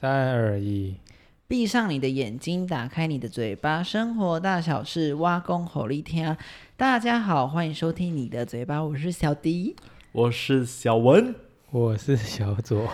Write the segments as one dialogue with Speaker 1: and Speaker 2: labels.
Speaker 1: 三二一，
Speaker 2: 闭上你的眼睛，打开你的嘴巴，生活大小事，挖工吼力听。大家好，欢迎收听你的嘴巴，我是小迪。
Speaker 3: 我是小文，
Speaker 1: 我是小左，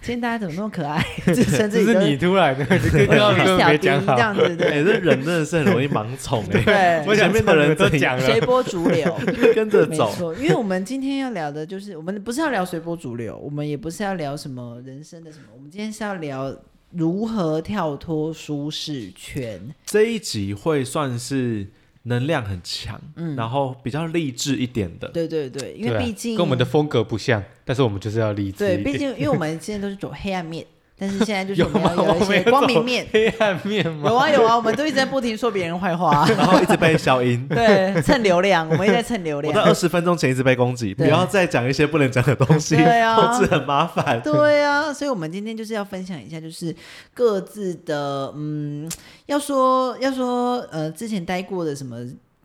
Speaker 2: 今天大家怎么那么可爱？ 自称自
Speaker 1: 这
Speaker 2: 己都
Speaker 1: 是你突 然的，这个
Speaker 2: 我
Speaker 1: 根本
Speaker 2: 是小
Speaker 1: 没
Speaker 2: 迪
Speaker 1: 讲好
Speaker 2: 这。样子
Speaker 3: 哎、
Speaker 2: 对
Speaker 3: 这人真的是很容易盲从哎、
Speaker 2: 对
Speaker 1: 我
Speaker 3: 前面的人
Speaker 1: 都讲
Speaker 2: 随
Speaker 1: 了，
Speaker 2: 波逐 流。
Speaker 3: 跟着
Speaker 2: 没
Speaker 3: 走。
Speaker 2: 错，因为我们今天要聊的就是，我们不是要聊随波逐流，我们也不是要聊什么人生的什么，我们今天是要聊如何跳脱舒适圈。
Speaker 3: 这一集会算是能量很强，
Speaker 2: 嗯
Speaker 3: 然后比较励志一点的。
Speaker 2: 对对对，因
Speaker 1: 对
Speaker 2: 为
Speaker 1: 啊
Speaker 2: 毕竟、
Speaker 1: 跟我们的风格不像，但是我们就是要 励志
Speaker 2: 对，
Speaker 1: 一点。
Speaker 2: 毕竟因为我们现在都是走黑暗面，但是现在就是
Speaker 1: 有
Speaker 2: 我们
Speaker 1: 吗？
Speaker 2: 要有一
Speaker 1: 我们
Speaker 2: 些
Speaker 1: 有
Speaker 2: 光明
Speaker 1: 走
Speaker 2: 面。
Speaker 1: 黑暗面吗？
Speaker 2: 有啊有啊，我们都一直在不停说别人 坏话、，
Speaker 3: 然后一直被消 音
Speaker 2: 对，蹭流量，我们一直在蹭流
Speaker 3: 我在二
Speaker 2: 量。
Speaker 3: 十分钟前一直被攻击，不
Speaker 2: 对
Speaker 3: 要再讲一些不能讲的东西，
Speaker 2: 对 啊
Speaker 3: 控制很麻烦。
Speaker 2: 对啊，所以我们今天就是要分享一下，就是各自的，嗯，要说要说，呃，之前待过的什么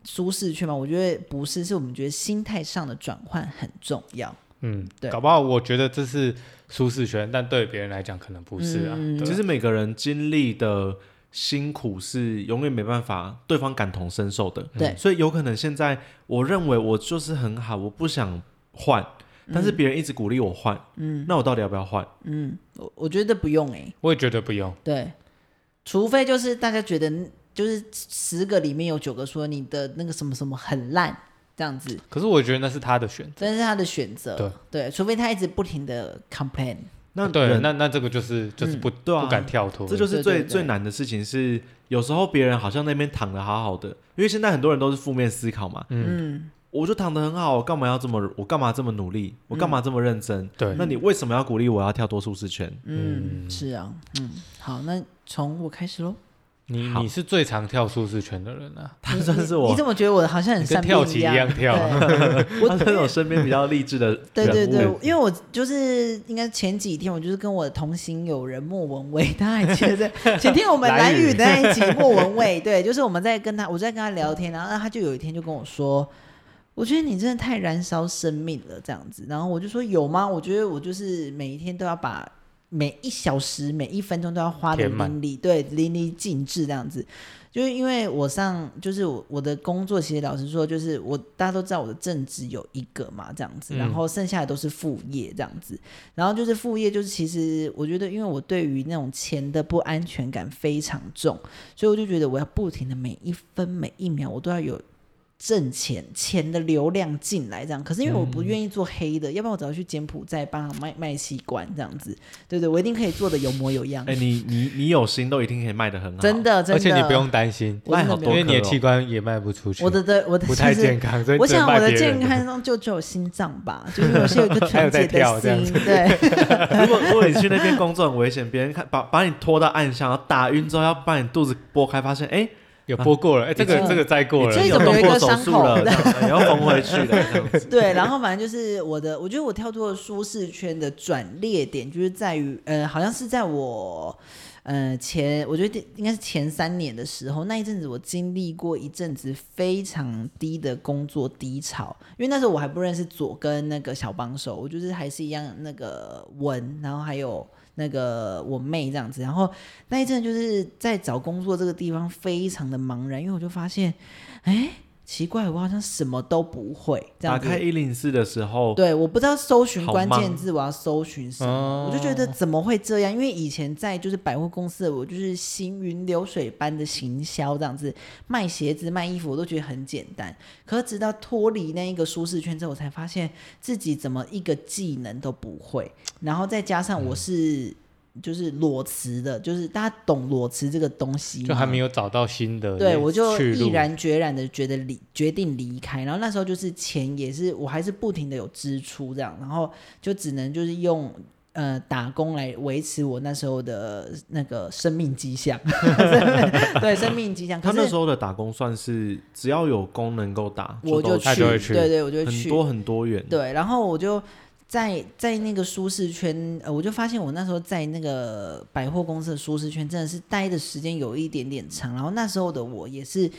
Speaker 2: 舒适圈嘛，我觉得不是，是我们觉得心态上的转换很重要。
Speaker 1: 嗯，
Speaker 2: 对
Speaker 1: 搞不好我觉得这是舒适圈，但对别人来讲可能不是啊。
Speaker 2: 嗯
Speaker 1: 对
Speaker 3: 其实每个人经历的辛苦是永远没办法对方感同身受的，
Speaker 2: 对
Speaker 3: 所以有可能现在我认为我就是很好，我不想换，但是别人一直鼓励我换，嗯，那我到底要不要换？
Speaker 2: 嗯，我我觉得不用哎、
Speaker 1: 我也觉得不用。
Speaker 2: 对，除非就是大家觉得，就是十个里面有九个说你的那个什么什么很烂这样子，
Speaker 1: 可是我觉得那是他的选择。
Speaker 2: 这是他的选择。对，除非他一直不停的 complain。
Speaker 3: 那
Speaker 1: 啊对，
Speaker 3: 人
Speaker 1: 那那这个就是就是不、
Speaker 2: 嗯
Speaker 3: 对啊
Speaker 1: 不敢跳脱，
Speaker 3: 这就是
Speaker 2: 对
Speaker 3: 最
Speaker 2: 对对
Speaker 3: 最难的事情是，有时候别人好像那边躺的好好的，因为现在很多人都是负面思考嘛，
Speaker 2: 嗯，
Speaker 3: 我就躺的很好，我干嘛要这么我干嘛这么努力，我干嘛这么认真？
Speaker 1: 对
Speaker 3: 那你为什么要鼓励我要跳脱舒适圈？
Speaker 2: 嗯，是啊，嗯，好，那从我开始喽。
Speaker 1: 你
Speaker 3: 好
Speaker 1: 你是最常跳舒适圈的人啊，
Speaker 3: 他
Speaker 2: 你
Speaker 3: 算
Speaker 2: 你
Speaker 3: 是
Speaker 2: 你
Speaker 3: 我，
Speaker 2: 怎么觉得我好像很
Speaker 1: 你跟
Speaker 2: 善
Speaker 1: 跳
Speaker 2: 变
Speaker 1: 棋
Speaker 2: 一样
Speaker 1: 一样跳
Speaker 2: 对
Speaker 3: 他是我
Speaker 2: 我
Speaker 3: 身边比较励志的
Speaker 2: 对对对
Speaker 3: 人物，，
Speaker 2: 因为我就是应该前几天，我就是跟我的同行友人莫文蔚， 他还记得在，请听我们蓝宇的那一集莫文蔚，对，就是我们在跟他，我在跟他聊天，然后他就有一天就跟我说。我觉得你真的太燃烧生命了，这样子。然后我就说有吗？我觉得我就是每一天都要把每一小时、每一分钟都要花的
Speaker 1: 填满
Speaker 2: 淋漓对淋漓尽致这样子。就是因为我上就是我我的工作，其实老实说，就是我大家都知道我的正职有一个嘛，这样子，
Speaker 1: 嗯
Speaker 2: 然后剩下的都是副业这样子。然后就是副业，就是其实我觉得，因为我对于那种钱的不安全感非常重，所以我就觉得我要不停的每一分每一秒，我都要有。挣钱，钱的流量进来这样，可是因为我
Speaker 1: 嗯
Speaker 2: 不愿意做黑的，要不然我早就去柬埔寨帮他卖卖器官这样子，对对，我一定可以做的有模有样，
Speaker 3: 哎、你你你有心都一定可以卖的很好，
Speaker 2: 真的真的，
Speaker 1: 而且你不用担心，
Speaker 2: 我真的
Speaker 3: 卖好
Speaker 2: 没
Speaker 3: 多
Speaker 1: 因
Speaker 2: 有
Speaker 1: 为你的
Speaker 3: 颗哦
Speaker 1: 器官也卖不出去，
Speaker 2: 我的的我的
Speaker 1: 不太
Speaker 2: 就是
Speaker 1: 健康，所以
Speaker 2: 我
Speaker 1: 只能
Speaker 2: 想我
Speaker 1: 卖
Speaker 2: 的
Speaker 1: 别人
Speaker 2: 健康中就只有心脏吧， 就是有些有一个
Speaker 1: 还有
Speaker 2: 纯
Speaker 1: 在
Speaker 2: 洁
Speaker 1: 跳
Speaker 2: 的
Speaker 1: 这样
Speaker 2: 心， 对，
Speaker 3: 如果如果你去那边工作很危险，别人看把把你拖到岸上，然后打晕之后要把你肚子拨开，发现哎、
Speaker 1: 有播过了，哎、这
Speaker 2: 你
Speaker 1: 个
Speaker 2: 这
Speaker 1: 这个再过了，
Speaker 2: 嗯所以
Speaker 3: 你
Speaker 2: 怎么有
Speaker 3: 动
Speaker 2: 一个
Speaker 3: 过手
Speaker 2: 伤
Speaker 3: 术
Speaker 2: 口
Speaker 3: 了，这样子你要缝回去的 这样子。
Speaker 2: 对，然后反正就是我的，我觉得我跳脱了舒适圈的转捩点，就是在于，呃，好像是在我，呃，前我觉得应该是前三年的时候，那一阵子我经历过一阵子非常低的工作低潮，因为那时候我还不认识左跟那个小帮手，我就是还是一样那个文，然后还有。那个我妹这样子，然后那一阵就是在找工作这个地方非常的茫然，因为我就发现，哎，奇怪，我好像什么都不会，这
Speaker 3: 打
Speaker 2: 样子
Speaker 3: 开一零四的时候，
Speaker 2: 对，我不知道搜寻
Speaker 3: 好
Speaker 2: 关键
Speaker 3: 忙
Speaker 2: 字我要搜寻什么，
Speaker 1: 哦
Speaker 2: 我就觉得怎么会这样？因为以前在就是百货公司的我就是行云流水般的行销这样子，卖鞋子、卖衣服我都觉得很简单。可是直到脱离那一个舒适圈之后，我才发现自己怎么一个技能都不会，然后再加上我
Speaker 1: 嗯
Speaker 2: 是。就是裸辞的，就是大家懂裸辞这个东西吗，
Speaker 1: 就还没有找到新的
Speaker 2: 对，我就
Speaker 1: 去
Speaker 2: 毅
Speaker 1: 路，
Speaker 2: 然决然的觉得离决定离开，然后那时候就是钱也是我还是不停的有支出这样，然后就只能就是用呃打工来维持我那时候的那个生命迹象， 对生命迹象。
Speaker 3: 他
Speaker 2: 可
Speaker 3: 那
Speaker 2: 是
Speaker 3: 时候的打工算是只要有工能够打，
Speaker 2: 我
Speaker 3: 都
Speaker 2: 去，
Speaker 1: 他就会去
Speaker 2: 对对，我就会
Speaker 3: 很
Speaker 2: 去，
Speaker 3: 嗯多很多元。
Speaker 2: 对，然后我就在在那个舒适圈，呃，我就发现我那时候在那个百货公司的舒适圈真的是待的时间有一点点长，然后那时候的我也是。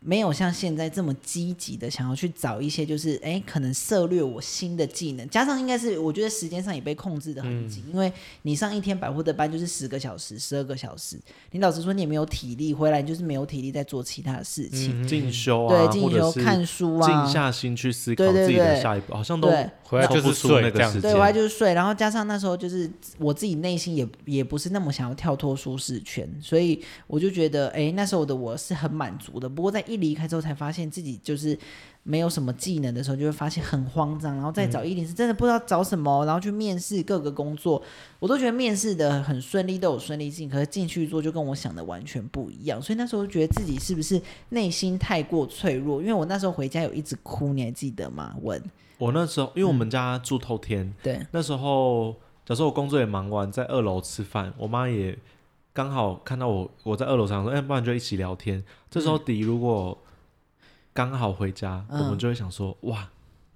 Speaker 2: 没有像现在这么积极的想要去找一些，就是哎，可能涉略我新的技能，加上应该是我觉得时间上也被控制的
Speaker 3: 嗯
Speaker 2: 很紧，因为你上一天百货的班就是十个小时、十二个小时，你老实说你也没有体力，回来你就是没有体力在做其他的事情，
Speaker 1: 嗯
Speaker 3: 进修啊，
Speaker 2: 对，进
Speaker 3: 或者
Speaker 2: 修、
Speaker 3: 是
Speaker 2: 看书啊，
Speaker 3: 静下心去思考
Speaker 2: 对对
Speaker 3: 自己的
Speaker 2: 对
Speaker 3: 下一步，好像都
Speaker 2: 对。
Speaker 1: 回来
Speaker 3: 抽
Speaker 1: 就
Speaker 3: 不
Speaker 1: 是
Speaker 3: 出那
Speaker 1: 睡
Speaker 3: 个
Speaker 1: 这样
Speaker 3: 时
Speaker 1: 子。
Speaker 2: 对，
Speaker 3: 间
Speaker 2: 我还就是睡，然后加上那时候就是我自己内心也也不是那么想要跳脱舒适圈，所以我就觉得，哎，那时候的我是很满足的。不过在一离开之后，才发现自己就是没有什么技能的时候，就会发现很慌张，然后
Speaker 3: 嗯
Speaker 2: 再找一零是真的不知道找什么，然后去面试各个工作，我都觉得面试的很顺利，都有顺利性，可是进去做就跟我想的完全不一样。所以那时候就觉得自己是不是内心太过脆弱？因为我那时候回家有一直哭，你还记得吗？文
Speaker 3: 我那时候，因为我
Speaker 2: 嗯
Speaker 3: 们家住透天，
Speaker 2: 对。
Speaker 3: 那时候假设我工作也忙完，在二楼吃饭，我妈也刚好看到我我在二楼上说，哎、不然就一起聊天。这时候迪如果刚好回家，
Speaker 2: 嗯
Speaker 3: 我们就会想说，哇，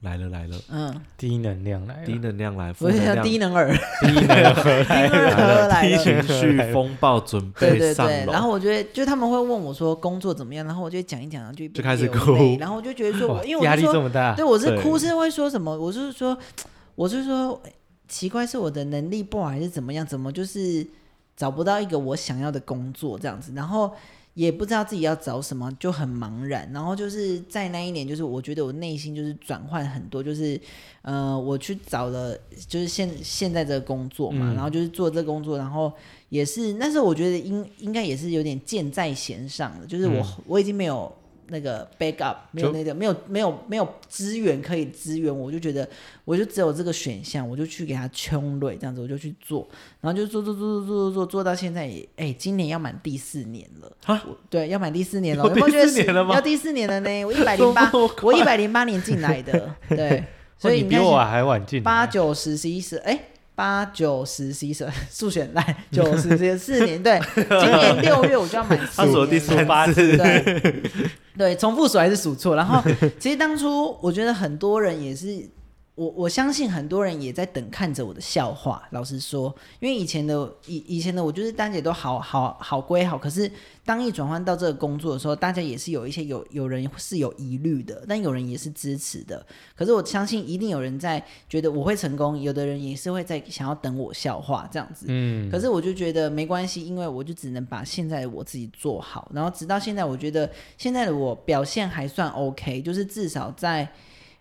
Speaker 3: 来了来了，
Speaker 2: 嗯，
Speaker 1: 低能量来了，
Speaker 3: 低能量来，负
Speaker 2: 我就
Speaker 3: 能
Speaker 2: 想
Speaker 3: 量
Speaker 2: 低能儿，
Speaker 1: 低能量来 了
Speaker 2: 低能 儿来了，
Speaker 3: 情绪风暴准
Speaker 2: 对
Speaker 3: 备
Speaker 2: 对
Speaker 3: 上
Speaker 2: 对，
Speaker 3: 楼，
Speaker 2: 然后我觉得，就他们会问我说工作怎么样，然后我就讲一讲，然后就一边
Speaker 3: 就开始
Speaker 2: 流
Speaker 3: 哭
Speaker 2: 泪然后我就觉得说我，因为
Speaker 1: 压
Speaker 2: 我
Speaker 1: 力
Speaker 2: 是
Speaker 1: 这
Speaker 2: 说，
Speaker 1: 么大，
Speaker 2: 对我是
Speaker 3: 对
Speaker 2: 哭是会说什么？我是说，我是说，哎奇怪是我的能力不好还是怎么样？怎么就是找不到一个我想要的工作这样子，然后。也不知道自己要找什么，就很茫然。然后就是在那一年，就是我觉得我内心就是转换很多，就是呃，我去找了就是现现在这个工作嘛，
Speaker 1: 嗯
Speaker 2: 然后就是做这个工作，然后也是那时候我觉得应应该也是有点箭在弦上的，就是我、我已经没有那个 backup，没有
Speaker 1: 就
Speaker 2: 那个没有没有没有资源可以支援我，我就觉得我就只有这个选项，我就去给他冲累这样子，我就去做，然后就做做做做做做做做到现在也哎、今年要满第四年了
Speaker 3: 啊
Speaker 2: 我对，要满第四年了，
Speaker 3: 要
Speaker 2: 有没有觉得
Speaker 3: 第四年了吗
Speaker 2: 要第四年了呢，我一百零八
Speaker 3: 这么快，
Speaker 2: 我一百零八年进来的，对，所以
Speaker 1: 哇你
Speaker 2: 看
Speaker 1: 比我还晚进来
Speaker 2: 八九十十一十，哎、八九十十一 十，数学来九十十四年，对，今年六月我就要满四
Speaker 3: 他
Speaker 2: 年
Speaker 3: 数
Speaker 2: 了，
Speaker 3: 第
Speaker 1: 数
Speaker 3: 三
Speaker 1: 八
Speaker 3: 次，
Speaker 2: 对对，重复数还是数错。然后 其实当初我觉得很多人也是，我我相信很多人也在等看着我的笑话。老实说，因为以前的以以前的我就是单姐都好好好归好，可是当一转换到这个工作的时候，大家也是有一些有有人是有疑虑的，但有人也是支持的。可是我相信一定有人在觉得我会成功，有的人也是会在想要等我笑话这样子。
Speaker 1: 嗯，
Speaker 2: 可是我就觉得没关系，因为我就只能把现在的我自己做好，然后直到现在，我觉得现在的我表现还算 OK，就是至少在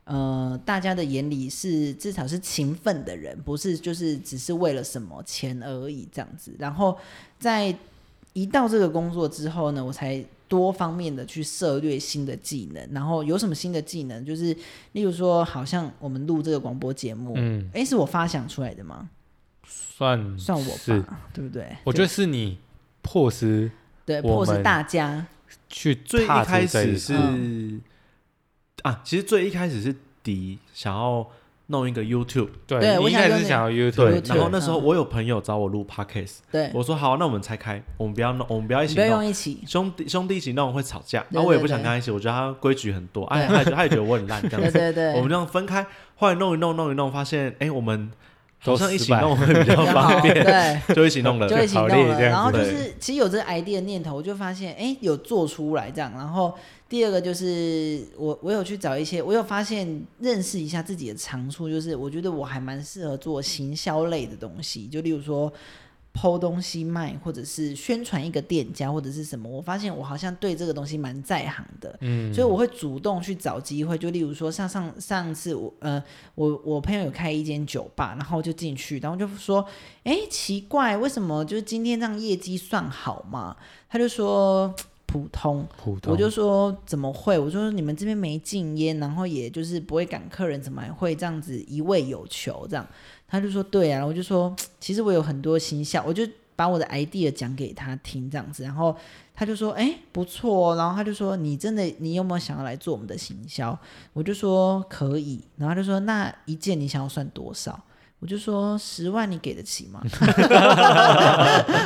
Speaker 2: 呃大家的眼里是至少是勤奋的人，不是就是只是为了什么钱而已这样子。然后在一到这个工作之后呢，我才多方面的去涉略新的技能，然后有什么新的技能，就是例如说，好像我们录这个广播节目，
Speaker 1: 嗯，
Speaker 2: 诶，是我发想出来的吗？
Speaker 1: 算
Speaker 2: 算我
Speaker 1: 是，
Speaker 2: 吧，对不对？
Speaker 1: 嗯我觉得是你迫使
Speaker 2: 对，
Speaker 1: 我
Speaker 2: 迫使
Speaker 1: 们
Speaker 2: 大家
Speaker 1: 去
Speaker 3: 最一
Speaker 1: 踏
Speaker 3: 开
Speaker 1: 出这
Speaker 3: 始
Speaker 1: 一
Speaker 3: 是、
Speaker 1: 步
Speaker 3: 啊，其实最一开始是迪想要弄一个 YouTube，
Speaker 1: 对，
Speaker 2: 对
Speaker 1: 你
Speaker 2: 我
Speaker 1: 一
Speaker 2: 想
Speaker 1: 开
Speaker 2: 用
Speaker 1: 始
Speaker 2: 那
Speaker 1: 想要 YouTube，
Speaker 2: 对
Speaker 3: 然后那时候
Speaker 2: 嗯
Speaker 3: 我有朋友找我录 Podcast，、
Speaker 2: 对，
Speaker 3: 我说好，那我们拆开，我们不要弄，我们不要一起
Speaker 2: 不要
Speaker 3: 弄。
Speaker 2: 用一起，
Speaker 3: 兄弟兄弟一起弄会吵架，啊
Speaker 2: 对
Speaker 3: 然后我也
Speaker 2: 对
Speaker 3: 不想
Speaker 2: 对
Speaker 3: 跟他一起，我觉得他规矩很多，
Speaker 2: 对
Speaker 3: 哎，他也觉得他也觉得我很烂这样
Speaker 2: 对
Speaker 3: 子。
Speaker 2: 对
Speaker 3: 我
Speaker 2: 对
Speaker 3: 们，这样分开，后来弄一弄弄一弄，发现哎，我们好
Speaker 1: 都
Speaker 3: 像一
Speaker 1: 失
Speaker 3: 起
Speaker 1: 败
Speaker 3: 弄会比较
Speaker 2: 比较
Speaker 3: 方
Speaker 2: 好
Speaker 3: 便，
Speaker 2: 对。
Speaker 3: 就一起弄了。
Speaker 2: 就一起弄
Speaker 1: 好累
Speaker 2: 了，
Speaker 1: 这样
Speaker 2: 然后
Speaker 3: 子
Speaker 2: 就是其实有这个 idea 的念头，我就发现哎、有做出来这样。然后第二个就是我我有去找一些，我有发现认识一下自己的长处，就是我觉得我还蛮适合做行销类的东西，就例如说剖东西卖，或者是宣传一个店家或者是什么。我发现我好像对这个东西蛮在行的，
Speaker 1: 嗯，
Speaker 2: 所以我会主动去找机会，就例如说上上上次我呃我我朋友有开一间酒吧，然后我就进去，然后就说，哎，奇怪，为什么就是今天让业绩算好嘛？他就说普通，
Speaker 1: 普通，
Speaker 2: 我就说怎么会？我说你们这边没禁烟，然后也就是不会赶客人，怎么还会这样子一味有求这样？他就说对啊，然后我就说其实我有很多心笑，我就把我的 idea 讲给他听这样子，然后他就说哎不错、哦，然后他就说你真的你有没有想要来做我们的行销？我就说可以，然后他就说那一件你想要算多少？我就说十万你给得起吗？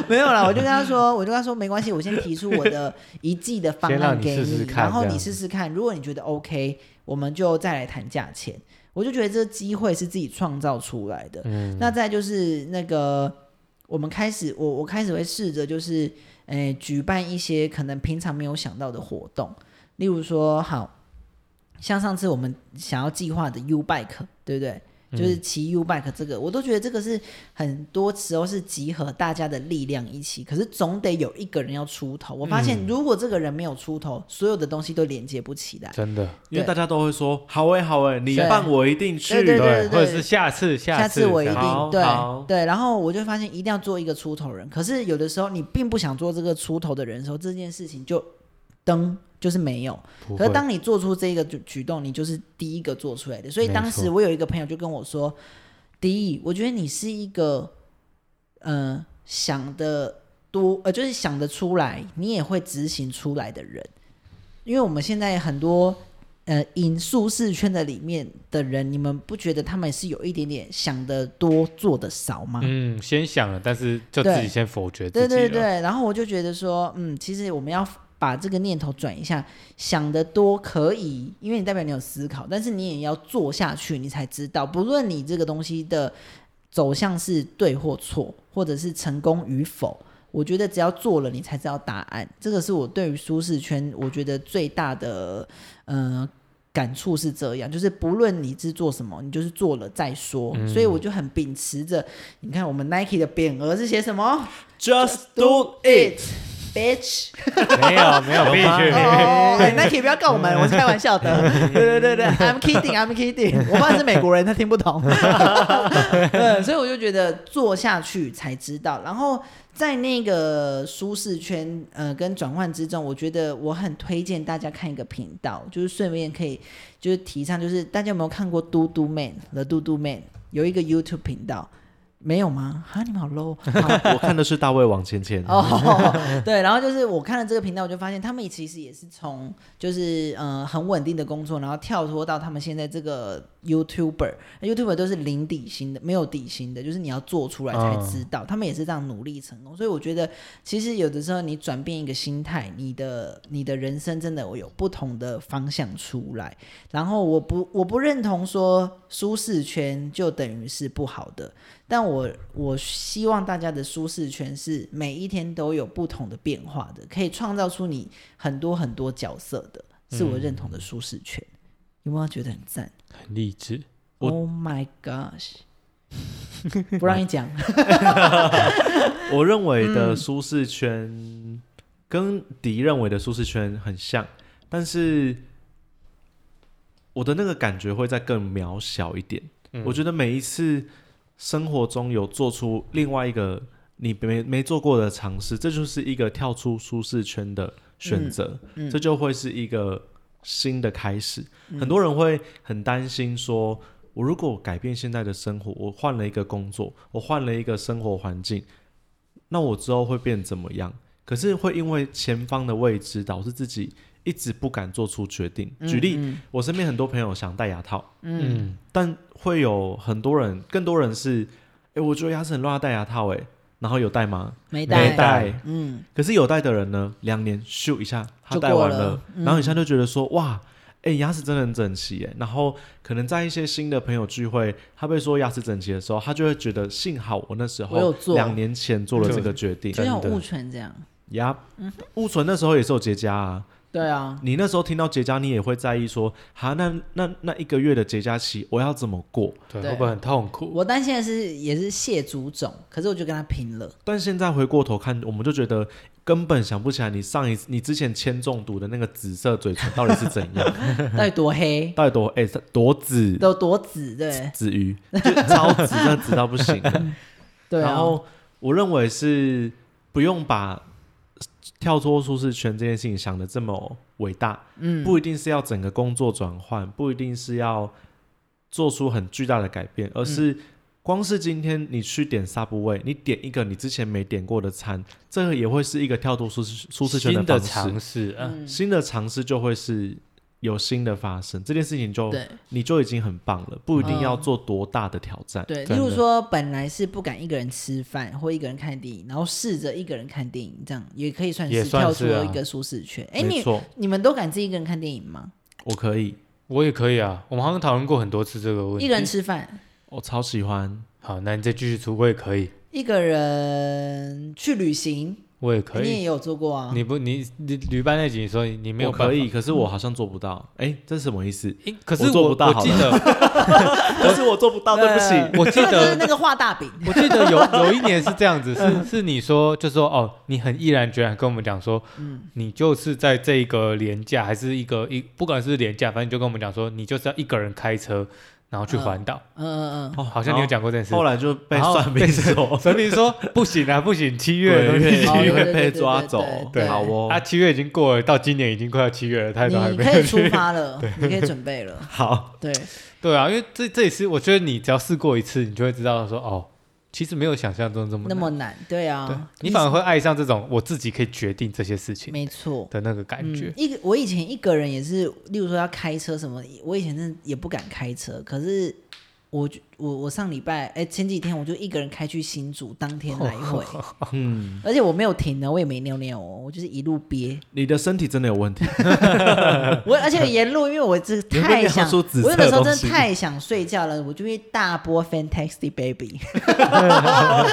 Speaker 2: 没有啦，我就跟他说，我就跟他说没关系，我先提出我的一季的方
Speaker 1: 先让
Speaker 2: 案
Speaker 1: 你
Speaker 2: 给
Speaker 1: 试试看
Speaker 2: 然后
Speaker 1: 这
Speaker 2: 你
Speaker 1: 样
Speaker 2: 试试看，如果你觉得 OK，我们就再来谈价钱。我就觉得这机会是自己创造出来的。
Speaker 1: 嗯，
Speaker 2: 那再就是那个，我们开始，我我开始会试着就是，诶、举办一些可能平常没有想到的活动，例如说，好像上次我们想要计划的 U Bike，对不对？就是骑 U Bike 这个，我都觉得这个是很多时候是集合大家的力量一起，可是总得有一个人要出头。我发现，如果这个人没有出头，所有的东西都连接不起来。
Speaker 1: 真的，
Speaker 3: 因为大家都会说好哎、好哎、你
Speaker 2: 对
Speaker 3: 办我一定去。
Speaker 2: 对对对
Speaker 1: 或者是下次，
Speaker 2: 下
Speaker 1: 次
Speaker 2: 我一
Speaker 1: 这样
Speaker 3: 好
Speaker 2: 定对
Speaker 3: 好
Speaker 2: 对，然后我就发现一定要做一个出头人。可是有的时候你并不想做这个出头的人的时候，这件事情就噔就是没有。
Speaker 1: 不
Speaker 2: 可
Speaker 1: 会
Speaker 2: 是当你做出这个举举动，你就是第一个做出来的。所以
Speaker 1: 没
Speaker 2: 当时
Speaker 1: 错
Speaker 2: 我有一个朋友就跟我说：“迪毅，我觉得你是一个，呃，想的多，呃，就是想得出来，你也会执行出来的人。因为我们现在很多，呃，影术视圈的里面的人，你们不觉得他们是有一点点想得多，做的少吗？
Speaker 1: 嗯，先想了，但是就自己
Speaker 2: 对
Speaker 1: 先否决自己
Speaker 2: 对
Speaker 1: 了。
Speaker 2: 对对，然后我就觉得说，嗯，其实我们要把这个念头转一下，想得多可以，因为你代表你有思考，但是你也要做下去，你才知道，不论你这个东西的走向是对或错，或者是成功与否。我觉得只要做了，你才知道答案。这个是我对于舒适圈，我觉得最大的呃感触是这样，就是不论你是做什么，你就是做了再说。
Speaker 1: 嗯
Speaker 2: 所以我就很秉持着，你看我们 Nike 的匾额是写什么？
Speaker 3: Just do it。
Speaker 2: bitch！
Speaker 1: 没有没有，
Speaker 3: 有
Speaker 1: 必
Speaker 3: 吗
Speaker 1: 须没有
Speaker 2: 哦， 哎那可以不要告我们，我是开玩笑的。 对对对对，I'm kidding，I'm kidding。我爸是美国人，他听不 懂。对，所以我就觉得做下去才知道。然后在那个舒适圈，呃，跟转换之中，我觉得我很推荐大家看一个频道，就是顺便可以就是提倡，就是大家有没有看过嘟嘟 man？The 嘟嘟 man 有一个 YouTube 频道。没有吗？啊，你们好 low！好
Speaker 3: 我看的是大卫王芊芊。
Speaker 2: 哦， 对，然后就是我看了这个频道，我就发现他们其实也是从就是呃很稳定的工作，然后跳脱到他们现在这个 YouTuber，YouTuber 都是零底薪的，没有底薪的，就是你要做出来才知道，他们也是这样努力成功。所以我觉得，其实有的时候你转变一个心态，你的你的人生真的会有不同的方向出来。然后我不我不认同说舒适圈就等于是不好的，但我我希望大家的舒适圈是每一天都有不同的变化的，可以创造出你很多很多角色的，是我认同的舒适圈。有没有觉得很赞
Speaker 1: 很励志。
Speaker 3: 我
Speaker 2: ？Oh my gosh！不让你讲，
Speaker 3: 我认为
Speaker 2: 嗯
Speaker 3: 的舒适圈跟迪认为的舒适圈很像，但是我的那个感觉会再更渺小一点。
Speaker 2: 嗯
Speaker 3: 我觉得每一次生活中有做出另外一个你没没做过的尝试，这就是一个跳出舒适圈的选择，
Speaker 2: 嗯嗯嗯
Speaker 3: 这就会是一个新的开始。很多人会很担心说。我如果改变现在的生活，我换了一个工作，我换了一个生活环境，那我之后会变怎么样？可是会因为前方的未知，导致自己一直不敢做出决定。
Speaker 2: 嗯
Speaker 3: 举例，我身边很多朋友想戴牙套，
Speaker 1: 嗯，
Speaker 3: 但会有很多人，更多人是，哎、我觉得牙齿很乱，要戴牙套、诶哎，然后有戴吗？
Speaker 2: 没
Speaker 1: 戴
Speaker 2: 带
Speaker 3: 没，戴。
Speaker 2: 嗯，
Speaker 3: 可是有戴的人呢，两年咻一下，他
Speaker 2: 就
Speaker 3: 戴完
Speaker 2: 过了嗯
Speaker 3: 然后一下就觉得说，哇，哎、牙齿真的很整齐哎。然后可能在一些新的朋友聚会，他被说牙齿整齐的时候，他就会觉得幸好我那时
Speaker 2: 我有
Speaker 3: 候
Speaker 2: 做
Speaker 3: 两年前做了这个决定。
Speaker 2: 就像
Speaker 1: 真的
Speaker 2: 物权这样，
Speaker 3: 呀，物存那时候也是有结痂啊。
Speaker 2: 对啊，
Speaker 3: 你那时候听到结痂，你也会在意说，哈，那那那一个月的结痂期，我要怎么过？
Speaker 1: 对，
Speaker 2: 对
Speaker 1: 会不会很痛苦？
Speaker 2: 我担心的是也是谢祖种，可是我就跟他拼了，
Speaker 3: 但现在回过头看，我们就觉得根本想不起来你上一次你之前铅中毒的那个紫色嘴唇到底是怎样，
Speaker 2: 到底多黑，
Speaker 3: 到底多哎、多紫
Speaker 2: 都多紫，对
Speaker 3: 紫鱼，就超紫，那紫到不行了。
Speaker 2: 对
Speaker 3: 然
Speaker 2: 啊，
Speaker 3: 后我认为是不用把跳脱舒适圈这件事情想的这么伟大，
Speaker 2: 嗯，
Speaker 3: 不一定是要整个工作转换，不一定是要做出很巨大的改变，而
Speaker 2: 嗯
Speaker 3: 是光是今天你去点 Subway，你点一个你之前没点过的餐，这个也会是一个跳脱舒适舒适圈
Speaker 1: 新的
Speaker 3: 方式
Speaker 1: 尝，试啊，
Speaker 2: 嗯
Speaker 3: 新的尝试就会是有新的发生，这件事情就
Speaker 2: 对。
Speaker 3: 你就已经很棒了，不一定要
Speaker 2: 嗯
Speaker 3: 做多大的挑战。
Speaker 2: 对，例
Speaker 1: 真
Speaker 2: 如
Speaker 1: 的
Speaker 2: 说，本来是不敢一个人吃饭或一个人看电影，然后试着一个人看电影，这样也可以算
Speaker 1: 也
Speaker 2: 是
Speaker 1: 算
Speaker 2: 跳
Speaker 1: 是
Speaker 2: 出了
Speaker 1: 啊
Speaker 2: 一个舒适圈。哎、
Speaker 3: 没
Speaker 2: 你
Speaker 3: 错，
Speaker 2: 你们都敢自己一个人看电影吗？
Speaker 3: 我可以。
Speaker 1: 我也可以啊。我们好像讨论过很多次这个问
Speaker 2: 一
Speaker 1: 题。
Speaker 2: 个人吃饭，
Speaker 3: 我超喜欢，
Speaker 1: 好，那你再继续出，我也可以，
Speaker 2: 一个人去旅行，
Speaker 1: 我也可
Speaker 2: 你也
Speaker 1: 以。
Speaker 2: 有做过啊？
Speaker 1: 你不，你你旅伴那集你说你你没有
Speaker 3: 我
Speaker 1: 办法
Speaker 3: 可以，可是我好像做不到。哎、这是什么 意思？
Speaker 1: 诶可是
Speaker 3: 我做
Speaker 1: 我
Speaker 3: 不到
Speaker 1: 我
Speaker 3: 好
Speaker 1: 记得，
Speaker 3: 可是我做不到，对不起。
Speaker 1: 我记
Speaker 2: 那就是
Speaker 1: 得，
Speaker 2: 那个画大饼，
Speaker 1: 我记得有有一年是这样 子，是是你说，就说哦，你很毅然决然跟我们讲说，
Speaker 2: 嗯
Speaker 1: 你就是在这个廉价还是一个一，不管是廉价，反正你就跟我们讲说，你就是要一个人开车，然后去环岛。
Speaker 2: 嗯嗯嗯，
Speaker 1: 哦，好像你有讲过这件事。
Speaker 3: 后来就被
Speaker 1: 然后
Speaker 3: 算命说，
Speaker 1: 所以说不行啊，不行，七月
Speaker 3: 哦对，
Speaker 1: 的东西
Speaker 3: 因为
Speaker 2: 哦
Speaker 3: 因
Speaker 2: 对对
Speaker 3: 为
Speaker 2: 对
Speaker 3: 被
Speaker 2: 对
Speaker 3: 抓
Speaker 2: 对
Speaker 3: 走
Speaker 2: 对，对
Speaker 3: 对好哦
Speaker 1: 啊，，七月已经过了，到今年已经快要七月了，太多还
Speaker 2: 你
Speaker 1: 没
Speaker 2: 可以
Speaker 1: 有
Speaker 2: 出
Speaker 1: 去。
Speaker 2: 发了，你可以准备了，
Speaker 3: 好，
Speaker 2: 对，
Speaker 1: 对啊，因为这这也是我觉得你只要试过一次，你就会知道说哦，其实没有想象中这么
Speaker 2: 那
Speaker 1: 难
Speaker 2: 么难，对
Speaker 1: 对
Speaker 2: 啊，，
Speaker 1: 你反而会爱上这种我自己可以决定这些事情
Speaker 2: 没错。
Speaker 1: 的那个感觉
Speaker 2: 嗯。、一个我以前一个人也是，例如说要开车什么，我以前真的也不敢开车。可是我就我我上礼拜哎、前几天我就一个人开去新竹，当天来回，
Speaker 1: 哦
Speaker 3: 嗯，
Speaker 2: 而且我没有停呢，我也没尿尿哦，我就是一路憋。
Speaker 3: 你的身体真的有 问题，
Speaker 2: 我而且沿路因为我这
Speaker 3: 你会
Speaker 2: 太
Speaker 3: 尿
Speaker 2: 想，
Speaker 3: 出紫
Speaker 2: 我有
Speaker 3: 色
Speaker 2: 的时候真
Speaker 3: 的东
Speaker 2: 的
Speaker 3: 西
Speaker 2: 太想睡觉了，我就会大播 Fantastic Baby，然后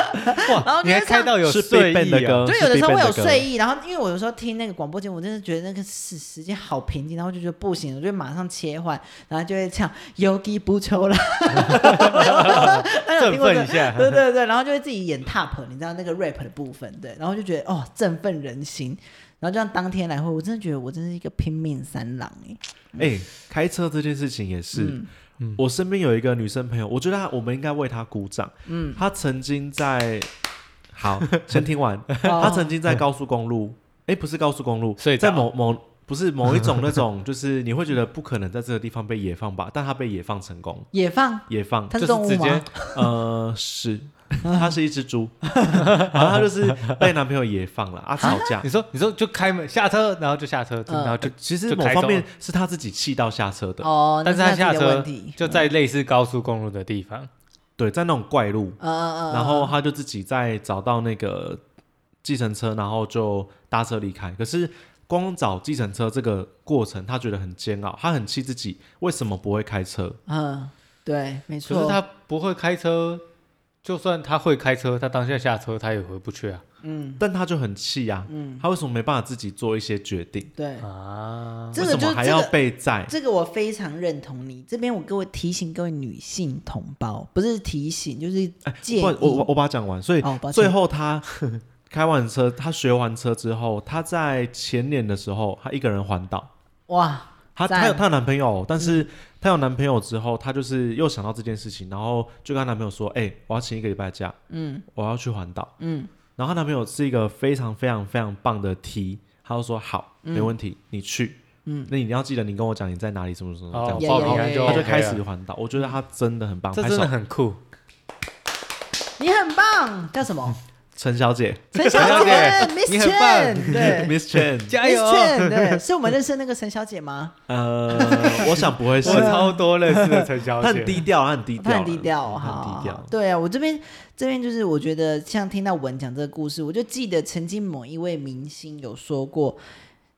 Speaker 1: 哇，
Speaker 2: 就
Speaker 1: 你还
Speaker 2: 是
Speaker 1: 开
Speaker 2: 像
Speaker 1: 到有
Speaker 3: 是
Speaker 1: 睡
Speaker 3: Big Bang 的
Speaker 1: 意啊！
Speaker 3: 歌，
Speaker 2: 就是有的时候会
Speaker 3: Big Bang
Speaker 2: 有
Speaker 3: 的歌
Speaker 2: 睡意，然后因为我有时候听那个广播节目，我真的觉得那个时时间好平静，然后就觉得不行，我就会马上切换，然后就会唱《Yogi 不抽啦》， 大家有
Speaker 1: 振
Speaker 2: 听过
Speaker 1: 奋
Speaker 2: 这
Speaker 1: 一下，
Speaker 2: 对对对，然后就会自己演 top，你知道那个 rap 的部分，对，然后就觉得哦，振奋人心。然后这样当天来回，我真的觉得我真是一个拼命三郎哎、
Speaker 3: 哎、开车这件事情也是，
Speaker 2: 嗯
Speaker 1: 嗯
Speaker 3: 我身边有一个女生朋友，我觉得她我们应该为她鼓掌。嗯，她曾经在，好，先听完。她曾
Speaker 2: 哦
Speaker 3: 经在高速公路，哎、不是高速公路，
Speaker 1: 哦嗯睡着
Speaker 3: 在某某不是某一种那 种，就是你会觉得不可能在这个地方被野放吧？但她被野放成功，
Speaker 2: 野放，
Speaker 3: 野放
Speaker 2: 它
Speaker 1: 就是
Speaker 2: 动
Speaker 1: 是直
Speaker 2: 物
Speaker 1: 接
Speaker 2: 吗？
Speaker 3: 呃，是， 它是一只猪，然后她就是被男朋友野放了啊，吵架
Speaker 1: 你。说你说就开门下车，然后就下车，
Speaker 2: 嗯
Speaker 1: 然后就
Speaker 3: 其实
Speaker 1: 就
Speaker 3: 某
Speaker 1: 开
Speaker 3: 方
Speaker 1: 走
Speaker 3: 面
Speaker 1: 了
Speaker 3: 是她自己气到下车的，
Speaker 2: 哦，那
Speaker 1: 但是他
Speaker 2: 是
Speaker 1: 下
Speaker 2: 他自己的问
Speaker 1: 车
Speaker 2: 题，
Speaker 1: 就在类似高速公路的地方，
Speaker 3: 对，在那种怪路，
Speaker 2: 呃呃，
Speaker 3: 然后他就自己再找到那个计程车，然后就搭车离开。可是光找计程车这个过程，他觉得很煎熬，他很气自己为什么不会开车。
Speaker 2: 嗯，对，没错，
Speaker 1: 可是他不会开车，就算他会开车，他当下下车他也回不去啊
Speaker 2: 嗯
Speaker 3: 但他就很气呀、他为什么没办法自己做一些决定？
Speaker 2: 对。
Speaker 1: 啊！
Speaker 2: 这个
Speaker 3: 为
Speaker 2: 就
Speaker 3: 什
Speaker 2: 是
Speaker 3: 么还
Speaker 2: 这
Speaker 3: 要
Speaker 2: 个
Speaker 3: 被载？
Speaker 2: 这个我非常认同你。这边我各位提醒各位女性同胞，不是提醒，就是
Speaker 1: 哎
Speaker 2: 建议。
Speaker 3: 不然我我我把它讲完。所以
Speaker 2: 哦，抱歉
Speaker 3: 最后他开完车，他学完车之后，他在前年的时候，他一个人环岛。
Speaker 2: 哇，
Speaker 3: 她
Speaker 2: 赞嗯
Speaker 3: 她有她有男朋友，但是她有男朋友之后，她就是又想到这件事情，然后就跟她男朋友说：“哎、我要请一个礼拜假，嗯，我要去环岛，嗯。”然后她男朋友是一个非常非常非常棒的 T，他就说：“好，
Speaker 2: 嗯
Speaker 3: 没问题，你去。”嗯，那你要记得，你跟我讲你在哪里，什么什么
Speaker 1: 哦
Speaker 3: 这，
Speaker 2: 报
Speaker 1: 报
Speaker 2: 平
Speaker 3: 样子。
Speaker 1: 平
Speaker 2: 安
Speaker 1: 安
Speaker 2: 就
Speaker 1: 就
Speaker 3: 他
Speaker 2: OK
Speaker 3: 就开始，环岛，我觉得他真的很棒，
Speaker 1: 这
Speaker 3: 拍
Speaker 1: 真
Speaker 3: 手
Speaker 1: 的。很酷。
Speaker 2: 你很棒，叫什么？
Speaker 3: 陈小姐
Speaker 2: 陈小
Speaker 1: 陈小
Speaker 2: 姐
Speaker 1: 姐
Speaker 2: ，Miss
Speaker 1: 你很棒
Speaker 2: Chen，对。
Speaker 3: ，Miss Chen，
Speaker 1: 加
Speaker 2: Miss
Speaker 1: 油！
Speaker 2: Chen，对，是我们认识的那个陈小姐吗？
Speaker 3: 呃，我想不 会是，
Speaker 1: 我超多认识的陈小
Speaker 3: 她很
Speaker 1: 姐，
Speaker 3: 低调，她很低调，
Speaker 2: 她很低调哦，
Speaker 3: 她
Speaker 2: 好好
Speaker 3: 很低
Speaker 2: 好
Speaker 3: 调。。
Speaker 2: 对啊，我这边这边就是我觉得，像听到文讲这个故事，我就记得曾经某一位明星有说过，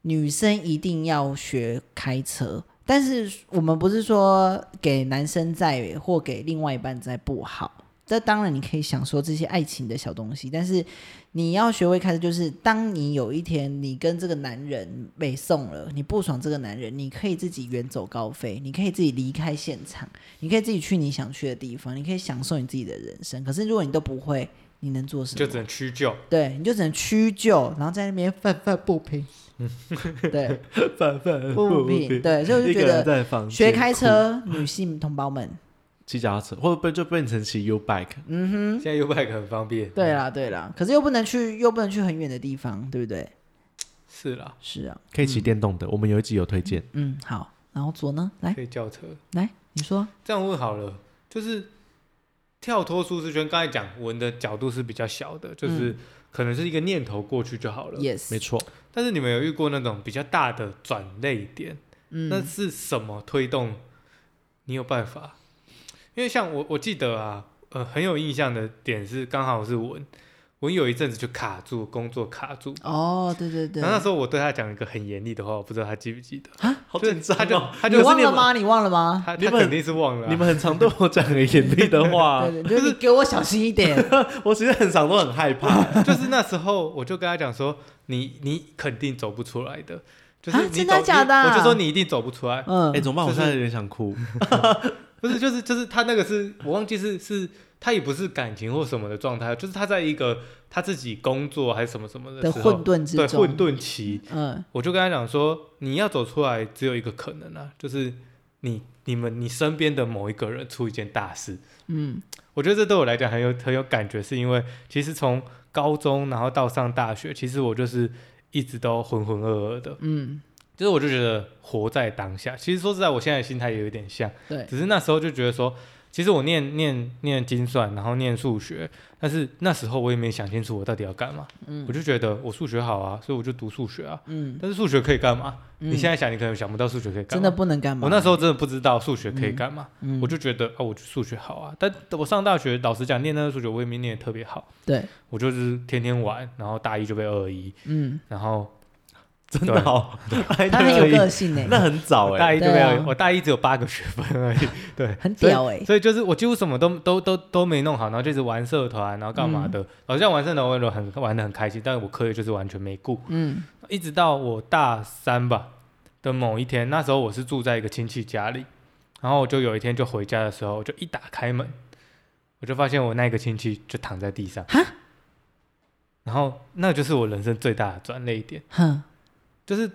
Speaker 2: 女生一定要学开车。但是我们不是说给男生载或给另外一半载不好，这当然你可以享受这些爱情的小东西，但是你要学会开车，就是当你有一天你跟这个男人被送了，你不爽这个男人，你可以自己远走高飞，你可以自己离开现场，你可以自己去你想去的地方，你可以享受你自己的人生。可是如果你都不会，你能做什么？
Speaker 1: 就只能屈就。
Speaker 2: 对，你就只能屈就，然后在那边愤愤不平。对，
Speaker 3: 反反
Speaker 2: 不平，对，所以我就
Speaker 3: 一
Speaker 2: 觉
Speaker 3: 个人
Speaker 2: 得
Speaker 3: 在房间
Speaker 2: 学开车，女性同胞们，
Speaker 3: 骑脚踏车，会不会就变成骑 U bike？
Speaker 2: 嗯
Speaker 1: 现在 U bike 很方便。
Speaker 2: 对啦对啦，可是又不能去，又不能去很远的地方，对不对？
Speaker 1: 是啦，
Speaker 2: 是啊，
Speaker 3: 可以
Speaker 1: 嗯
Speaker 3: 骑电动的，我们有一集有推荐。
Speaker 2: 嗯，好，然后左呢，来
Speaker 1: 可以叫车。
Speaker 2: 来，你说，
Speaker 1: 这样问好了，就是跳脱舒适圈。刚才讲文的角度是比较小的，就是可能是一个念头过去就好了。
Speaker 2: 嗯 Yes，
Speaker 3: 没错，
Speaker 1: 但是你们有遇过那种比较大的转类点？
Speaker 2: 嗯
Speaker 1: 那是什么推动你有办法？因为像我，我记得啊，呃，很有印象的点是，刚好是文，我有一阵子就卡住，工作卡住。
Speaker 2: 哦，对对对
Speaker 1: 然，后那时候我对他讲了一个很严厉的话，我不知道他记不记得。
Speaker 3: 好
Speaker 1: 就是
Speaker 3: 紧张
Speaker 1: 他就
Speaker 3: 哦！
Speaker 1: 他
Speaker 2: 你
Speaker 1: 就是
Speaker 2: 忘
Speaker 3: 你
Speaker 2: 了
Speaker 3: 们
Speaker 2: 吗？你忘了吗？
Speaker 1: 他
Speaker 3: 你
Speaker 1: 他
Speaker 3: 们
Speaker 1: 肯定是忘了啊、
Speaker 3: 你们很常对我讲很严厉的
Speaker 1: 啊
Speaker 3: 话，
Speaker 2: 对对，就是你给我小心 一点。
Speaker 3: 我其实很常都很害怕。
Speaker 1: 就是那时候我就跟他讲说，你你肯定走不出来的，就是
Speaker 2: 啊
Speaker 1: 你走、
Speaker 2: 真的假的啊
Speaker 1: 你我就说你一定走不出来，
Speaker 2: 嗯
Speaker 3: 哎，，怎么办？我
Speaker 1: 就是
Speaker 3: 现在有点想哭。
Speaker 1: 不是就是就是他那个是我忘记是是他也不是感情或什么的状态，就是他在一个他自己工作还是什么什么
Speaker 2: 的
Speaker 1: 时候，
Speaker 2: 混沌之
Speaker 1: 对
Speaker 2: 中，
Speaker 1: 混沌期，
Speaker 2: 嗯，
Speaker 1: 我就跟他讲说，你要走出来只有一个可能啊，就是你你们你身边的某一个人出一件大事。
Speaker 2: 嗯，
Speaker 1: 我觉得这对我来讲很有很有感觉，是因为其实从高中然后到上大学，其实我就是一直都浑浑噩噩的，
Speaker 2: 嗯，
Speaker 1: 就是我就觉得活在当下。其实说实在，我现在的心态也有点像，
Speaker 2: 对，
Speaker 1: 只是那时候就觉得说，其实我念念念精算，然后念数学，但是那时候我也没想清楚我到底要干嘛，
Speaker 2: 嗯
Speaker 1: 我就觉得我数学好啊，所以我就读数学啊。
Speaker 2: 嗯，
Speaker 1: 但是数学可以干嘛？你
Speaker 2: 嗯
Speaker 1: 现在想，你可能想不到数学可以干
Speaker 2: 真
Speaker 1: 嘛。
Speaker 2: 的不能干嘛？
Speaker 1: 我那时候真的不知道数学可以干嘛，
Speaker 2: 嗯
Speaker 1: 我就觉得哦，我数学好啊。但我上大学，老实讲，念那个数学我也没念得特别好，
Speaker 2: 对，
Speaker 1: 我就是天天玩，然后大一就被二一，
Speaker 2: 嗯，
Speaker 1: 然后
Speaker 3: 真的好，
Speaker 1: 哎
Speaker 3: 还
Speaker 2: 他很有个性欸呢，
Speaker 3: 那很早
Speaker 1: 我大
Speaker 3: 哎，
Speaker 1: 一就被二、
Speaker 2: 对啊
Speaker 1: 我大一只有八个学分而已，对，
Speaker 2: 很屌哎，
Speaker 1: 所以就是我几乎什么都都都都没弄好，然后就是玩社团，然后干嘛的。老实讲，玩社团我也很玩的很开心，但我课业就是完全没顾。
Speaker 2: 嗯
Speaker 1: 一直到我大三吧的某一天，那时候我是住在一个亲戚家里，然后我就有一天就回家的时候，我就一打开门，我就发现我那个亲戚就躺在地上，然后那就是我人生最大的转捩点，
Speaker 2: 哼，
Speaker 1: 就是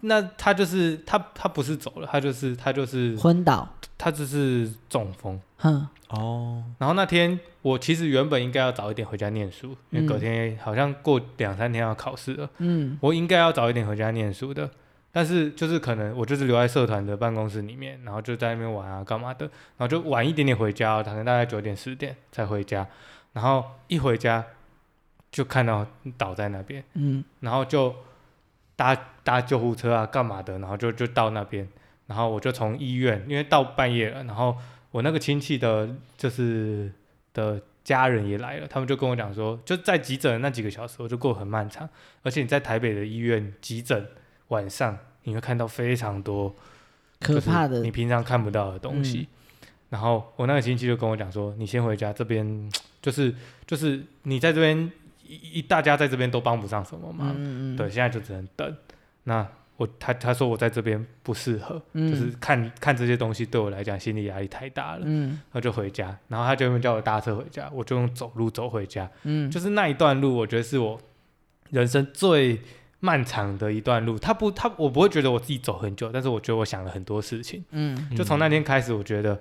Speaker 1: 那他就是他他不是走了，他就是他就是
Speaker 2: 昏倒，
Speaker 1: 他就是中风。
Speaker 2: 哼，
Speaker 3: 哦，
Speaker 1: 然后那天我其实原本应该要早一点回家念书，因为隔
Speaker 2: 嗯
Speaker 1: 天好像过两三天要考试了。
Speaker 2: 嗯
Speaker 1: 我应该要早一点回家念书的，但是就是可能我就是留在社团的办公室里面，然后就在那边玩啊干嘛的，然后就晚一点点回家、哦，可能大概九点十点才回家，然后一回家就看到倒在那边，
Speaker 2: 嗯
Speaker 1: 然后就搭搭救护车啊干嘛的，然后就就到那边，然后我就从医院，因为到半夜了，然后我那个亲戚的就是的家人也来了，他们就跟我讲说，就在急诊的那几个小时，我就过得很漫长，而且你在台北的医院急诊晚上，你会看到非常多
Speaker 2: 可怕
Speaker 1: 就是
Speaker 2: 的嗯
Speaker 1: 你，平常看不到的东西。然后我那个亲戚就跟我讲说，你先回家，这边就是就是你在这边一一大家在这边都帮不上什么忙，
Speaker 2: 嗯嗯，
Speaker 1: 对，现在就只能等。那我他他说我在这边不适合，
Speaker 2: 嗯
Speaker 1: 就是看看这些东西对我来讲心理压力太大了，
Speaker 2: 嗯
Speaker 1: 然后就回家，然后他就用叫我搭车回家，我就用走路走回家，
Speaker 2: 嗯，
Speaker 1: 就是那一段路，我觉得是我人生最漫长的一段路。他不他我不会觉得我自己走很久，但是我觉得我想了很多事情，
Speaker 2: 嗯
Speaker 1: 就从那天开始，我觉得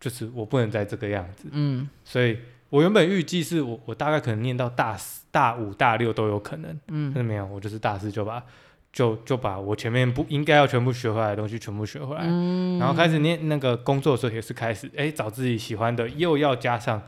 Speaker 1: 就是我不能再这个样子，
Speaker 2: 嗯
Speaker 1: 所以。我原本预计是我，我大概可能念到大四、大五、大六都有可能，但
Speaker 2: 嗯
Speaker 1: 是没有，我就是大四就把就就把我前面不应该要全部学回来的东西全部学回来，
Speaker 2: 嗯，
Speaker 1: 然后开始念那个工作的时候也是开始哎找自己喜欢的，又要加上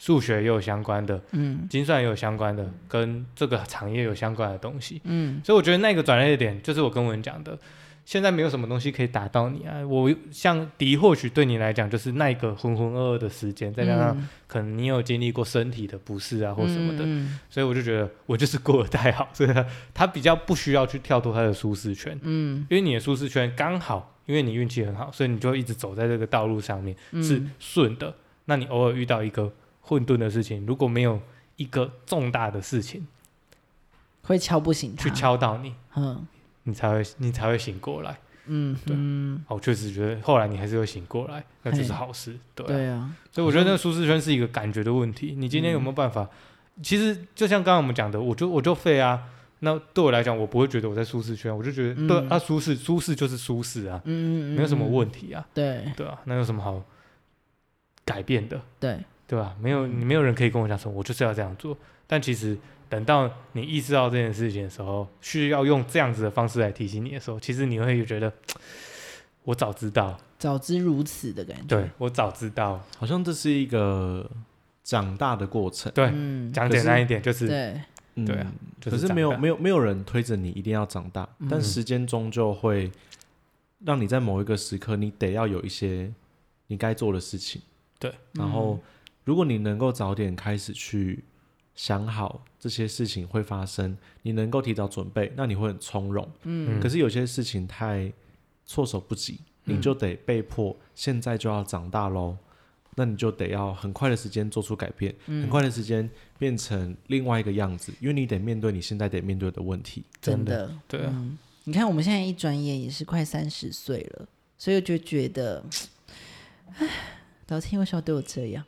Speaker 1: 数学也有相关的，
Speaker 2: 嗯
Speaker 1: 精算也有相关的，跟这个产业有相关的东西。
Speaker 2: 嗯
Speaker 1: 所以我觉得那个转捩点就是我跟文讲的，现在没有什么东西可以打到你啊。我像敌或许对你来讲就是那一个浑浑噩噩的时间，再加上可能你有经历过身体的不适啊或什么的，
Speaker 2: 嗯
Speaker 1: 所以我就觉得我就是过得太好，所以他他比较不需要去跳脱他的舒适圈，
Speaker 2: 嗯
Speaker 1: 因为你的舒适圈刚好，因为你运气很好，所以你就一直走在这个道路上面
Speaker 2: 嗯
Speaker 1: 是顺的。那你偶尔遇到一个混沌的事情，如果没有一个重大的事情
Speaker 2: 会敲不醒他，
Speaker 1: 去，敲到你，
Speaker 2: 嗯
Speaker 1: 你才会你才会醒过来。
Speaker 2: 嗯嗯，
Speaker 1: 哦，我确实觉得后来你还是会醒过来，那就是
Speaker 2: 嘿
Speaker 1: 好事，对啊、
Speaker 2: 对啊，
Speaker 1: 所以我觉得那个舒适圈是一个感觉的问题。你今天有没有办法？其实就像刚刚我们讲的，我就我就废啊。那对我来讲，我不会觉得我在舒适圈，我就觉得、
Speaker 2: 嗯
Speaker 1: 对啊，舒适舒适就是舒适啊，
Speaker 2: 嗯嗯，
Speaker 1: 没有什么问题啊，
Speaker 2: 对
Speaker 1: 对啊，那有什么好改变的，
Speaker 2: 对，
Speaker 1: 对吧、没
Speaker 2: 嗯
Speaker 1: 有你没有人可以跟我讲说，我就是要这样做。但其实等到你意识到这件事情的时候，需要用这样子的方式来提醒你的时候，其实你会觉得，我早知道，
Speaker 2: 早知如此的感觉，
Speaker 1: 对我早知道，
Speaker 3: 好像这是一个长大的过程。
Speaker 1: 对
Speaker 2: 嗯，
Speaker 1: 讲
Speaker 3: 可
Speaker 1: 简
Speaker 3: 是
Speaker 1: 单一点就是，
Speaker 2: 对，
Speaker 3: 嗯
Speaker 1: 对啊，就
Speaker 3: 可是
Speaker 1: 长
Speaker 3: 没有
Speaker 1: 大
Speaker 3: 没有没有人推着你一定要长大，但
Speaker 2: 嗯
Speaker 3: 时间终究会让你在某一个时刻，你得要有一些你该做的事情。
Speaker 1: 对，
Speaker 3: 然后如果你能够早点开始去想好这些事情会发生，你能够提早准备，那你会很从容。
Speaker 1: 嗯
Speaker 3: 可是有些事情太措手不及，你就得被迫现在就要长大喽。那你就得要很快的时间做出改变，很快的时间变成另外一个样子，因为你得面对你现在得面对的问题。
Speaker 1: 真
Speaker 2: 真的。
Speaker 1: 对啊，
Speaker 2: 嗯，你看我们现在一转眼也是快三十岁了，所以我就觉得，唉，老天为什么对我这样？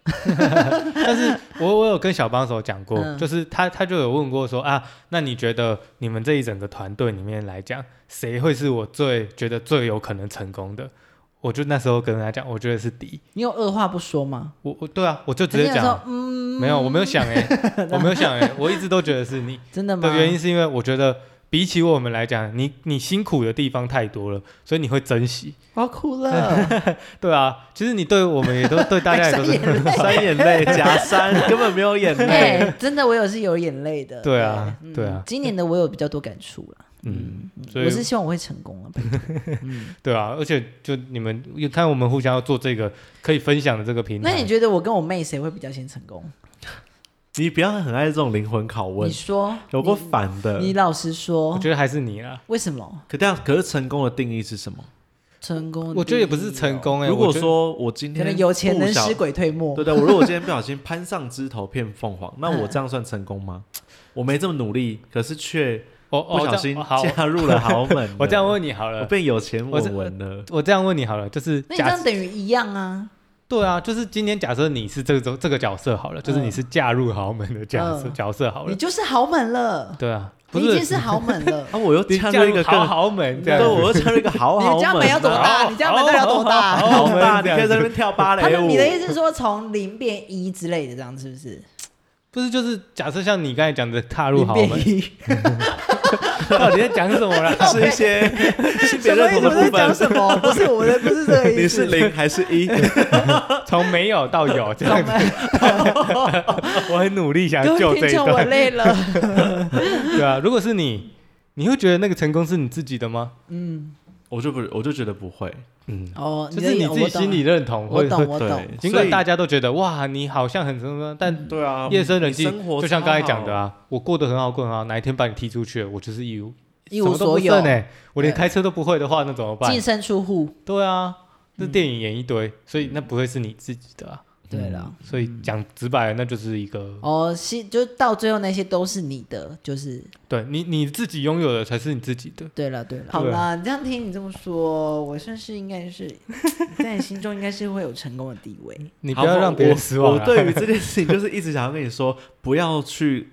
Speaker 1: 我我有跟小帮手讲过，
Speaker 2: 嗯
Speaker 1: 就是他他就有问过说啊，那你觉得你们这一整个团队里面来讲，谁会是我最觉得最有可能成功的？我就那时候跟他讲，我觉得是迪。
Speaker 2: 你有二话不说吗？
Speaker 1: 我我对啊，我就直
Speaker 2: 还
Speaker 1: 接
Speaker 2: 是你
Speaker 1: 讲
Speaker 2: 说
Speaker 1: 啊，
Speaker 2: 嗯，
Speaker 1: 没有，我没有想哎、 我没有想哎、我一直都觉得是你
Speaker 2: 真的吗？
Speaker 1: 的原因是因为我觉得比起我们来讲，你你辛苦的地方太多了，所以你会珍惜。
Speaker 2: 我要哭了，
Speaker 1: 对啊，其实你对我们也都对大家 也都是
Speaker 2: 闪 眼泪
Speaker 3: 三眼泪加三，根本没有眼
Speaker 2: 哎、
Speaker 3: 泪。
Speaker 2: 真的我有是有眼泪的。
Speaker 1: 对啊
Speaker 2: 嗯
Speaker 1: 对啊
Speaker 2: 今年的我有比较多感触了。
Speaker 1: 嗯，所以
Speaker 2: 我是希望我会成功了，拜托嗯，
Speaker 1: 对啊，而且就你们也看我们互相要做这个可以分享的这个平台，
Speaker 2: 那你觉得我跟我妹谁会比较先成功？
Speaker 3: 你不要很爱这种灵魂拷问
Speaker 2: 你，说，
Speaker 3: 有过反的
Speaker 2: 你。老实
Speaker 1: 我
Speaker 2: 说，
Speaker 1: 觉得还是你啊啦。
Speaker 2: 为什么
Speaker 3: 可这样，可是成功的定义是什么？
Speaker 2: 成功？
Speaker 1: 我觉得也不是成，功哎、
Speaker 3: 如
Speaker 1: 我
Speaker 3: 果
Speaker 1: 觉得
Speaker 3: 说我今
Speaker 2: 可
Speaker 3: 天
Speaker 2: 能有钱能
Speaker 3: 不小
Speaker 2: 使鬼推磨
Speaker 3: 对。对，我如果今天不小心攀上枝头骗凤凰，那我这样算成功吗？我没这么努力，可是却
Speaker 1: 哦
Speaker 3: 不
Speaker 1: 哦，
Speaker 3: 小
Speaker 1: 这
Speaker 3: 心
Speaker 1: 样哦好，
Speaker 3: 加入了豪门
Speaker 1: 。我这样
Speaker 3: 我
Speaker 1: 问你好了，
Speaker 3: 变有钱文文了。。
Speaker 1: 我这样问你好了，就是
Speaker 2: 那你这
Speaker 1: 假
Speaker 2: 样等于一样啊，
Speaker 1: 对啊，就是今天假设你是这种这个角色好了，就是你是嫁入豪门的角色、
Speaker 2: 嗯
Speaker 1: 角色好
Speaker 2: 你
Speaker 1: 了，
Speaker 2: 就是豪门了，
Speaker 1: 对啊，不
Speaker 2: 你已经
Speaker 1: 是
Speaker 2: 是豪门了
Speaker 3: 啊，我又
Speaker 1: 你
Speaker 3: 加入一个
Speaker 1: 豪
Speaker 3: 更，
Speaker 1: 豪门这
Speaker 3: 对，啊
Speaker 1: 样子，
Speaker 3: 我又加入一个豪豪
Speaker 2: 你家门
Speaker 3: 门
Speaker 2: 要多
Speaker 3: 啊。
Speaker 2: 大？
Speaker 1: 好
Speaker 2: 你家门到底要多大？
Speaker 1: 豪
Speaker 3: 好
Speaker 1: 门这
Speaker 3: 大，你
Speaker 1: 样
Speaker 3: 可以
Speaker 1: 子
Speaker 3: 在那边跳芭
Speaker 2: 他
Speaker 3: 蕾
Speaker 2: 们，
Speaker 3: 舞。
Speaker 2: 你的意思是说从零变一之类的这样，是不是？
Speaker 1: 不是就是假设像你刚才讲的踏入
Speaker 2: 零
Speaker 1: 豪
Speaker 2: 变
Speaker 1: 门，
Speaker 2: 一，
Speaker 1: 到底在讲什么啦？
Speaker 3: 是一些性别
Speaker 2: 什么
Speaker 3: 认
Speaker 2: 意思？我在
Speaker 3: 同的部
Speaker 2: 讲
Speaker 3: 分。
Speaker 2: 什么？不是我的，不是这个意
Speaker 3: 你
Speaker 2: 思。
Speaker 3: 是零还是一？
Speaker 1: 从没有到有这样
Speaker 2: 懂
Speaker 1: 子，
Speaker 2: 吗？
Speaker 1: 我很努力想
Speaker 2: 各
Speaker 1: 救
Speaker 2: 位
Speaker 1: 这
Speaker 2: 听
Speaker 1: 一
Speaker 2: 众，我
Speaker 1: 段，
Speaker 2: 累了。
Speaker 1: 对啊，如果是你，你会觉得那个成功是你自己的吗？
Speaker 3: 我就不，我就觉得不会。
Speaker 1: 嗯，
Speaker 2: 哦，
Speaker 1: 就是你
Speaker 2: 的
Speaker 1: 自己心里，认同，
Speaker 2: 我
Speaker 1: 会
Speaker 2: 懂，
Speaker 1: 会。
Speaker 2: 我懂我懂。
Speaker 3: 对
Speaker 1: 尽
Speaker 3: 所
Speaker 1: 管
Speaker 3: 以
Speaker 1: 大家都觉得哇，你好像很什么，
Speaker 2: 嗯
Speaker 1: 但
Speaker 3: 对啊，
Speaker 1: 夜深人
Speaker 3: 你
Speaker 1: 静
Speaker 3: 生活，
Speaker 1: 就像刚才讲的
Speaker 3: 超好，
Speaker 1: 啊，我过得很好，过得很好，哪一天把你踢出去了，我就是一无
Speaker 2: 一无所有
Speaker 1: 呢、欸我连
Speaker 2: 对
Speaker 1: 开车都不会的话，那怎么办
Speaker 2: 净？身出户。
Speaker 1: 对啊，
Speaker 2: 嗯
Speaker 1: 那电影演一堆，所以那不会是你自己的啊。
Speaker 2: 对了，
Speaker 1: 所以讲直白了，那就是一
Speaker 3: 嗯
Speaker 1: 个
Speaker 2: 哦，是，就到最后那些都是你的，就是
Speaker 1: 对你你自己拥有的才是你自己的。
Speaker 2: 对了，对了。好
Speaker 1: 对
Speaker 2: 啦，你这样听你这么说，我算是应该 是在你心中应该是会有成功的地位。
Speaker 1: 你不要让别人失望、
Speaker 3: 我。
Speaker 1: 啊
Speaker 3: 我对于这件事情就是一直想要跟你说，不要去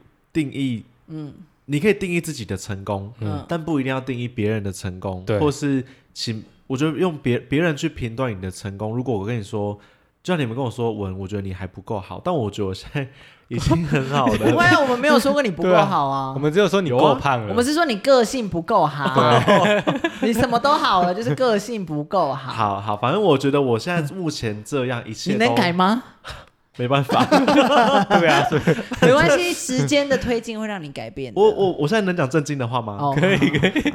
Speaker 3: 定义，嗯，你可以定义自己的成功，
Speaker 2: 嗯
Speaker 3: 但不一定要定义别人的成功，
Speaker 1: 对
Speaker 3: 或是请，我觉得用别别人去评断你的成功。如果我跟你说，就像你们跟我说，文，我觉得你还不够好，但我觉得我现 在已经很好
Speaker 2: 不会
Speaker 3: 了。
Speaker 2: 啊，我们没有说过你不够好 啊
Speaker 1: 我。们只有说你够胖了，
Speaker 2: 我们是说你个性不够 好，你什么都好了，就是个性不够好。
Speaker 3: 好好，反正我觉得我现在目前这样，一
Speaker 2: 你
Speaker 3: 切
Speaker 2: 能
Speaker 3: 都
Speaker 2: 改吗？
Speaker 3: 没办法。
Speaker 1: 对啊，所以
Speaker 2: 没关系，时间的推进会让你改变的。
Speaker 3: 我我我现在能讲正经的话吗？
Speaker 2: 哦，可以可以，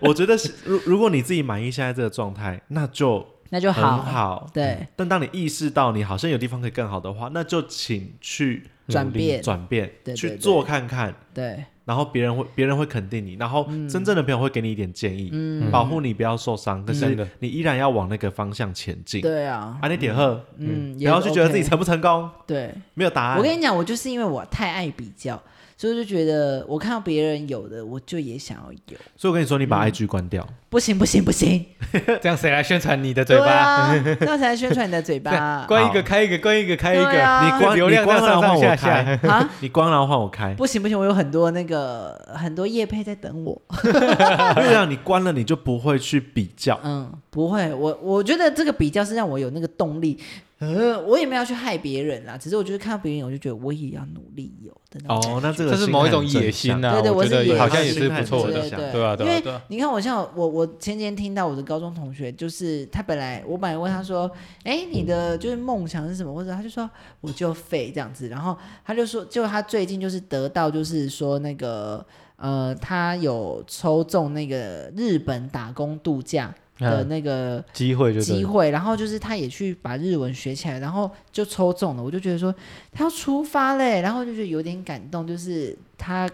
Speaker 3: 我觉得是，如如果你自己满意现在这个状态，那就
Speaker 2: 那就
Speaker 3: 很
Speaker 2: 好。
Speaker 3: 好。
Speaker 2: 对，
Speaker 3: 但当你意识到你好像有地方可以更好的话，那就请去
Speaker 2: 转变，
Speaker 3: 转变，
Speaker 2: 对对
Speaker 3: 去
Speaker 2: 对
Speaker 3: 做看看，
Speaker 2: 对，
Speaker 3: 然后别人会别人会肯定你，然后
Speaker 2: 嗯
Speaker 3: 真正的朋友会给你一点建议，保护你不要受伤，可
Speaker 1: 真
Speaker 3: 是
Speaker 1: 的
Speaker 3: 你依然要往那个方向前进。
Speaker 2: 对啊，
Speaker 3: 啊，你点喝，
Speaker 2: 嗯，
Speaker 3: 不要去觉得自
Speaker 2: 也
Speaker 3: 己哎
Speaker 2: OK
Speaker 3: 成不成功，
Speaker 2: 对。
Speaker 3: 没有答案。
Speaker 2: 我跟你讲，我就是因为我太爱比较，所以我就觉得我看到别人有的，我就也想要有。
Speaker 3: 所以我跟你说，你
Speaker 2: 嗯
Speaker 3: 把 IG 关掉，
Speaker 2: 不行不行不行，
Speaker 1: 这样谁来宣传你的嘴
Speaker 2: 对
Speaker 1: 巴？
Speaker 2: 啊，这样才能宣传你的嘴
Speaker 1: 对
Speaker 2: 巴
Speaker 1: 关一个开一个，关一个开一
Speaker 2: 啊对
Speaker 1: 个，
Speaker 2: 啊
Speaker 3: 你关
Speaker 1: 流
Speaker 3: 你
Speaker 1: 量在
Speaker 3: 关
Speaker 1: 上
Speaker 3: 了换
Speaker 1: 上
Speaker 3: 我
Speaker 1: 下下
Speaker 3: 开，
Speaker 2: 啊！
Speaker 3: 你关了换我开，
Speaker 2: 不行不行，我有很多那个很多业配在等我。
Speaker 3: 因为这样你关了，你就不会去比较。
Speaker 2: 嗯，不会，我我觉得这个比较是让我有那个动力。呃，我也没有要去害别人啦，只是我就是看到别人有，我就觉得我也要努力有的那种感觉。
Speaker 3: 哦，那这个
Speaker 1: 这是某一种野心
Speaker 3: 呢。
Speaker 1: 呐、
Speaker 2: 对对
Speaker 1: 我觉
Speaker 2: 我是
Speaker 1: 得
Speaker 2: 野
Speaker 1: 好像
Speaker 3: 心
Speaker 1: 也是不错的
Speaker 2: 对，对
Speaker 1: 对啊，
Speaker 2: 因
Speaker 1: 对啊，对
Speaker 2: 为
Speaker 1: 啊。
Speaker 2: 你看，我像我我前几天听到我的高中同学，就是他本来我本来问他说，哎，你的就是梦想是什么？或者他就说我就废这样子，然后他就说，就他最近就是得到就是说那个呃，他有抽中那个日本打工度假
Speaker 1: 嗯
Speaker 2: 的那个
Speaker 1: 机会就对
Speaker 2: 机
Speaker 1: 了
Speaker 2: 会，然后就是他也去把日文学起来，然后就抽中了。我就觉得说他要出发嘞，然后就觉得有点感动，就是他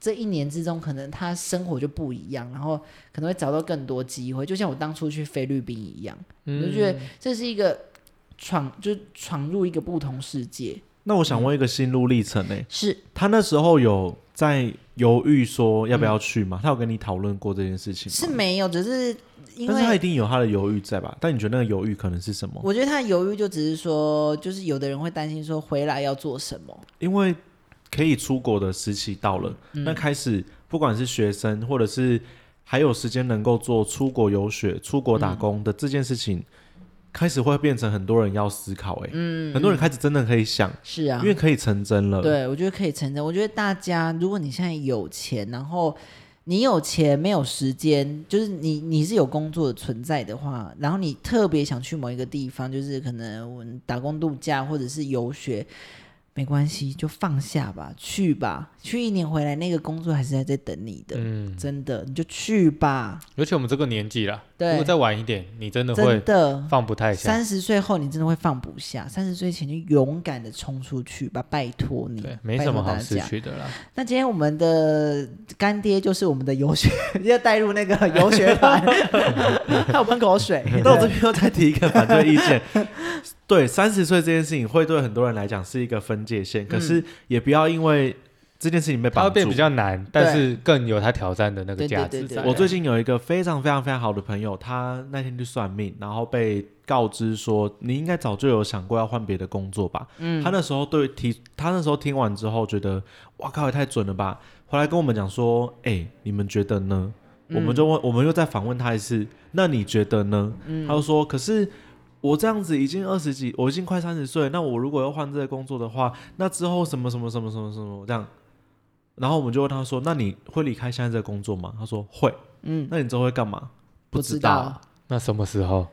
Speaker 2: 这一年之中，可能他生活就不一样，然后可能会找到更多机会，就像我当初去菲律宾一样，
Speaker 1: 嗯
Speaker 2: 我就觉得这是一个闯，就是闯入一个不同世界。
Speaker 3: 那我想问一个心路历程呢、欸
Speaker 2: 是
Speaker 3: 他那时候有在犹豫说要不要去吗？他有跟你讨论过这件事情
Speaker 2: 嗯
Speaker 3: 吗？
Speaker 2: 是没有，只是因
Speaker 3: 但是他一
Speaker 2: 为
Speaker 3: 定有他的犹豫在吧？但你觉得那个犹豫可能是什么？
Speaker 2: 我觉得他犹豫，就只是说，就是有的人会担心说回来要做什么。
Speaker 3: 因为可以出国的时期到了，
Speaker 2: 嗯
Speaker 3: 那开始不管是学生或者是还有时间能够做出国游学、出国打工的这件事情，开始会变成很多人要思考、欸。嗯，很多人开始真的可以想，
Speaker 2: 是啊，
Speaker 3: 因为可以成真了。，
Speaker 2: 对，我觉得可以成真。我觉得大家，如果你现在有钱，然后你有钱没有时间，就是你你是有工作的存在的话，然后你特别想去某一个地方，就是可能我们打工度假或者是游学，没关系，就放下吧，去吧，去一年回来那个工作还是在在等你的，
Speaker 1: 嗯，
Speaker 2: 真的，你就去吧，
Speaker 1: 尤其我们这个年纪啦，
Speaker 2: 对
Speaker 1: 如果再晚一点，你真的
Speaker 2: 真
Speaker 1: 会
Speaker 2: 的。
Speaker 1: 放不太下。
Speaker 2: 三十岁后，你真的会放不下。三十岁前就勇敢的冲出去吧，拜托你
Speaker 1: 对，，没
Speaker 2: 拜
Speaker 1: 什
Speaker 2: 托
Speaker 1: 么好
Speaker 2: 大
Speaker 1: 失
Speaker 2: 家
Speaker 1: 去的啦。
Speaker 2: 那今天我们的干爹就是我们的游学， 要带入那个游学团， 还有喷口 水。
Speaker 3: 那我这
Speaker 2: 对
Speaker 3: 边又再提一个反对意见。 对，三十岁这件事情会对很多人来讲是一个分界线，可是也不要因为这件事情被
Speaker 1: 它会
Speaker 3: 绑
Speaker 1: 变
Speaker 3: 住
Speaker 1: 比。较难，但是更有它挑战的那个
Speaker 2: 对对
Speaker 1: 价
Speaker 2: 对
Speaker 1: 值
Speaker 2: 对
Speaker 1: 在。
Speaker 3: 我最近有一个非常非常非常好的朋友，他那天去算命，然后被告知说，你应该早就有想过要换别的工作吧？嗯，他那时候对提，他那时候听完之后觉得，哇靠，也太准了吧！回来跟我们讲说，哎、你们觉得呢？
Speaker 2: 嗯
Speaker 3: 我们就问，我们又再反问他一次，那你觉得呢？
Speaker 2: 嗯
Speaker 3: 他就说，可是。我这样子已经二十几，我已经快三十岁，那我如果要换这个工作的话，那之后什么什么什么什么什么这样，然后我们就问他说：“那你会离开现在这个工作吗？”他说：“会。”
Speaker 2: 嗯，
Speaker 3: 那你之后会干嘛？
Speaker 2: 不
Speaker 3: 知
Speaker 2: 知
Speaker 3: 道。
Speaker 2: 道
Speaker 1: 那什么时候？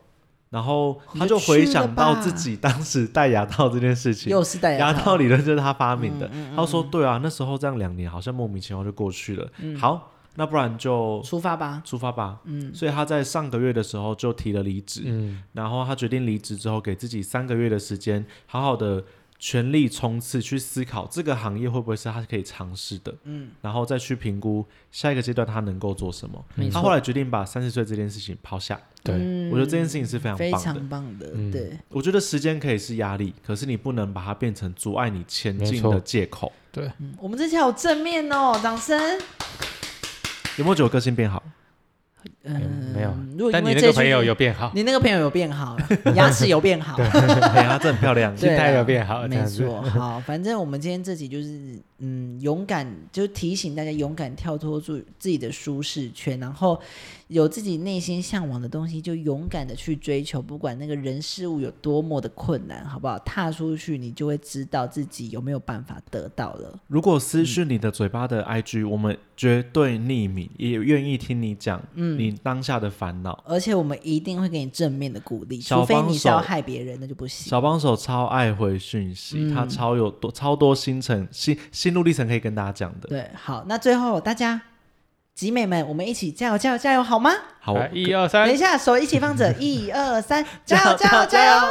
Speaker 3: 然后
Speaker 2: 你
Speaker 3: 他
Speaker 2: 就
Speaker 3: 就回
Speaker 2: 去了
Speaker 3: 想到
Speaker 2: 吧
Speaker 3: 自己当时 戴牙套这件事情，
Speaker 2: 又是戴
Speaker 3: 牙
Speaker 2: 牙
Speaker 3: 套
Speaker 2: 套，
Speaker 3: 理论就是他发明的。他说：“对啊，那时候这样两年好像莫名其妙就过去了。好，那不然就
Speaker 2: 出发吧。
Speaker 3: 出发吧。”
Speaker 2: 嗯，
Speaker 3: 所以他在上个月的时候就提了离职，
Speaker 1: 嗯，
Speaker 3: 然后他决定离职之后，给自己三个月的时间，好好的全力冲刺去思考这个行业会不会是他可以尝试的，嗯，然后再去评估下一个阶段他能够做什么。
Speaker 2: 没
Speaker 3: 他
Speaker 2: 错
Speaker 3: 后来决定把三十岁这件事情抛下，
Speaker 1: 对，
Speaker 2: 嗯
Speaker 3: 我觉得这件事情是非常
Speaker 2: 非
Speaker 3: 棒的。
Speaker 2: 常棒的，
Speaker 1: 嗯
Speaker 2: 对，
Speaker 3: 我觉得时间可以是压力，可是你不能把它变成阻碍你前
Speaker 1: 没
Speaker 3: 进
Speaker 1: 错
Speaker 3: 的借口。
Speaker 2: 嗯我们这期好正面哦，掌声。
Speaker 3: 有没有觉得我个性变好？
Speaker 1: 嗯没有
Speaker 2: 嗯如果
Speaker 1: 但
Speaker 2: 因
Speaker 1: 你
Speaker 2: 为
Speaker 1: 那
Speaker 2: 这
Speaker 1: 个
Speaker 2: 句
Speaker 1: 朋友有变好，
Speaker 2: 你那个朋友有变好了，牙齿有变好，
Speaker 3: 哎呀，这很漂亮。
Speaker 2: 对
Speaker 1: 心
Speaker 2: 啊
Speaker 1: 态有变好，这
Speaker 2: 没
Speaker 1: 样子。
Speaker 2: 错，好，反正我们今天这集就是，嗯，勇敢，就提醒大家勇敢跳脱出自己的舒适圈，然后有自己内心向往的东西，就勇敢的去追求，不管那个人事物有多么的困难，好不好？踏出去，你就会知道自己有没有办法得到了。
Speaker 3: 如果私讯你的嘴巴的 IG，、我们绝对匿名，也愿意听你讲你当下的烦恼。
Speaker 2: 而且我们一定会给你正面的鼓励，
Speaker 3: 小
Speaker 2: 除非
Speaker 3: 帮
Speaker 2: 你是要
Speaker 3: 手
Speaker 2: 害别人，那就不行。
Speaker 3: 小帮手超爱回讯息，他超有多超多心程心心路历程可以跟大家讲的。
Speaker 2: 对，好，那最后大家集美们，我们一起加油加油加油，好吗？
Speaker 3: 好，
Speaker 1: 来，啊一二三
Speaker 2: 等一，下，手一起放着，一二三，加油加油加油！